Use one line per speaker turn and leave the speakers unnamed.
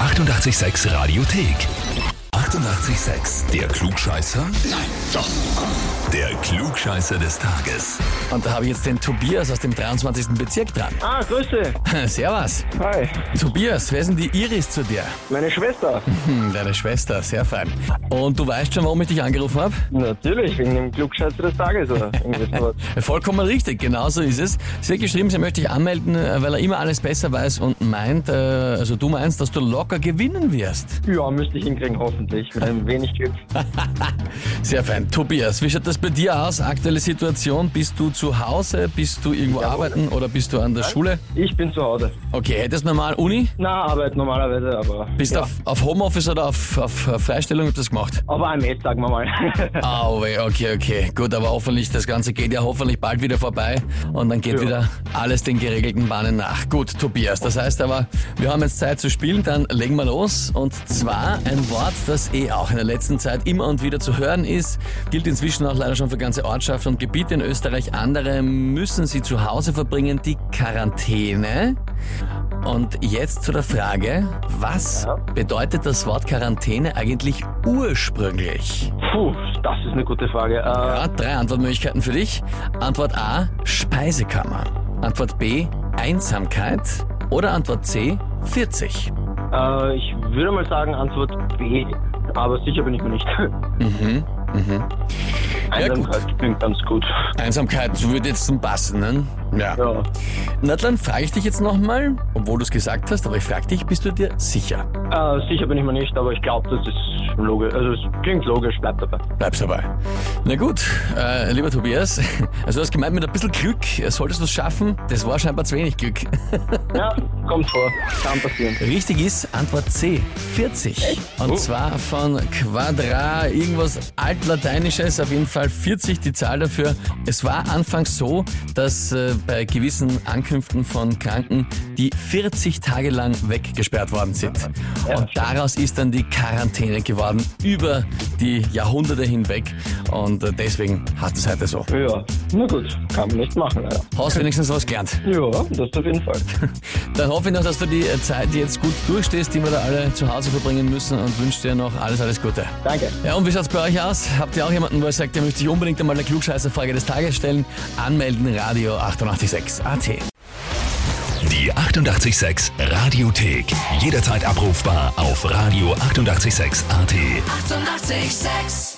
886 Radiothek. 88,6. Der Klugscheißer? Nein, doch. Der Klugscheißer des Tages.
Und da habe ich jetzt den Tobias aus dem 23. Bezirk dran.
Ah, Grüße.
Servus.
Hi.
Tobias, wer ist denn die Iris zu dir?
Meine Schwester.
Hm, deine Schwester, sehr fein. Und du weißt schon, warum ich dich angerufen habe?
Natürlich, wegen dem Klugscheißer des Tages oder irgendwie sowas.
Vollkommen richtig, genauso ist es. Sie hat geschrieben, sie möchte dich anmelden, äh, weil er immer alles besser weiß und meint, äh, also du meinst, dass du locker gewinnen wirst.
Ja, müsste ich hinkriegen, hoffentlich. Mit ein wenig Glück.
Sehr fein. Tobias, wie schaut das bei dir aus? Aktuelle Situation, bist du zu Hause, bist du irgendwo arbeiten oder bist du an der Schule?
Ich bin zu Hause.
Okay, hättest normal Uni?
Na, Arbeit normalerweise, aber.
Bist
ja.
auf, auf Homeoffice oder auf, auf äh, Freistellung? Habt ihr das gemacht?
Aber ein Netz, sagen wir mal.
Au, weh, okay, okay. Gut, aber hoffentlich, das Ganze geht ja hoffentlich bald wieder vorbei und dann geht
Ja.
wieder alles den geregelten Bahnen nach. Gut, Tobias, das heißt aber, wir haben jetzt Zeit zu spielen, dann legen wir los. Und zwar ein Wort, das eh auch in der letzten Zeit immer und wieder zu hören ist, gilt inzwischen auch leider schon für ganze Ortschaften und Gebiete in Österreich. Andere müssen sie zu Hause verbringen, die Quarantäne. Und jetzt zu der Frage, was
Ja.
bedeutet das Wort Quarantäne eigentlich ursprünglich?
Puh, das ist eine gute Frage. Äh,
Ja, drei Antwortmöglichkeiten für dich. Antwort A, Speisekammer. Antwort B, Einsamkeit. Oder Antwort C, 40.
äh, ich würde mal sagen, Antwort B. Aber sicher bin ich mir nicht.
Mhm. Mhm.
Einsamkeit klingt ganz gut.
Einsamkeit würde jetzt zum Passen, ne? Ja.
Ja.
Na dann frage ich dich jetzt nochmal, obwohl du es gesagt hast, aber ich frage dich, bist du dir sicher?
Äh, sicher bin ich mir nicht, aber ich glaube, das ist logisch. Also, es klingt logisch, bleibt dabei.
Bleib's dabei. Na gut, äh, lieber Tobias, also du hast gemeint, mit ein bisschen Glück äh, solltest du es schaffen. Das war scheinbar zu wenig Glück.
Ja, kommt vor. Kann passieren.
Richtig ist Antwort C, 40. Und
Oh.
zwar von Quadra, irgendwas altlateinisches, auf jeden Fall 40 die Zahl dafür. Es war anfangs so, dass äh, bei gewissen Ankünften von Kranken die 40 Tage lang weggesperrt worden sind.
Ja,
Und daraus ist dann die Quarantäne geworden, über die Jahrhunderte hinweg. Und äh, deswegen hast du es heute so.
Ja, na gut, kann man nicht machen, leider.
Hast wenigstens was gelernt.
Ja, das auf jeden Fall.
Dann hoffe ich noch, dass du die äh, Zeit jetzt gut durchstehst, die wir da alle zu Hause verbringen müssen und wünsche dir noch alles, alles Gute.
Danke.
Ja, und wie schaut's bei euch aus? Habt ihr auch jemanden, wo ihr sagt, ihr möchtet sich unbedingt einmal eine Klugscheißerfrage des Tages stellen? Anmelden, Radio 886 AT.
Die 88,6 Radiothek. Jederzeit abrufbar auf radio886.at. 88,6.
Eighty-eight, sex.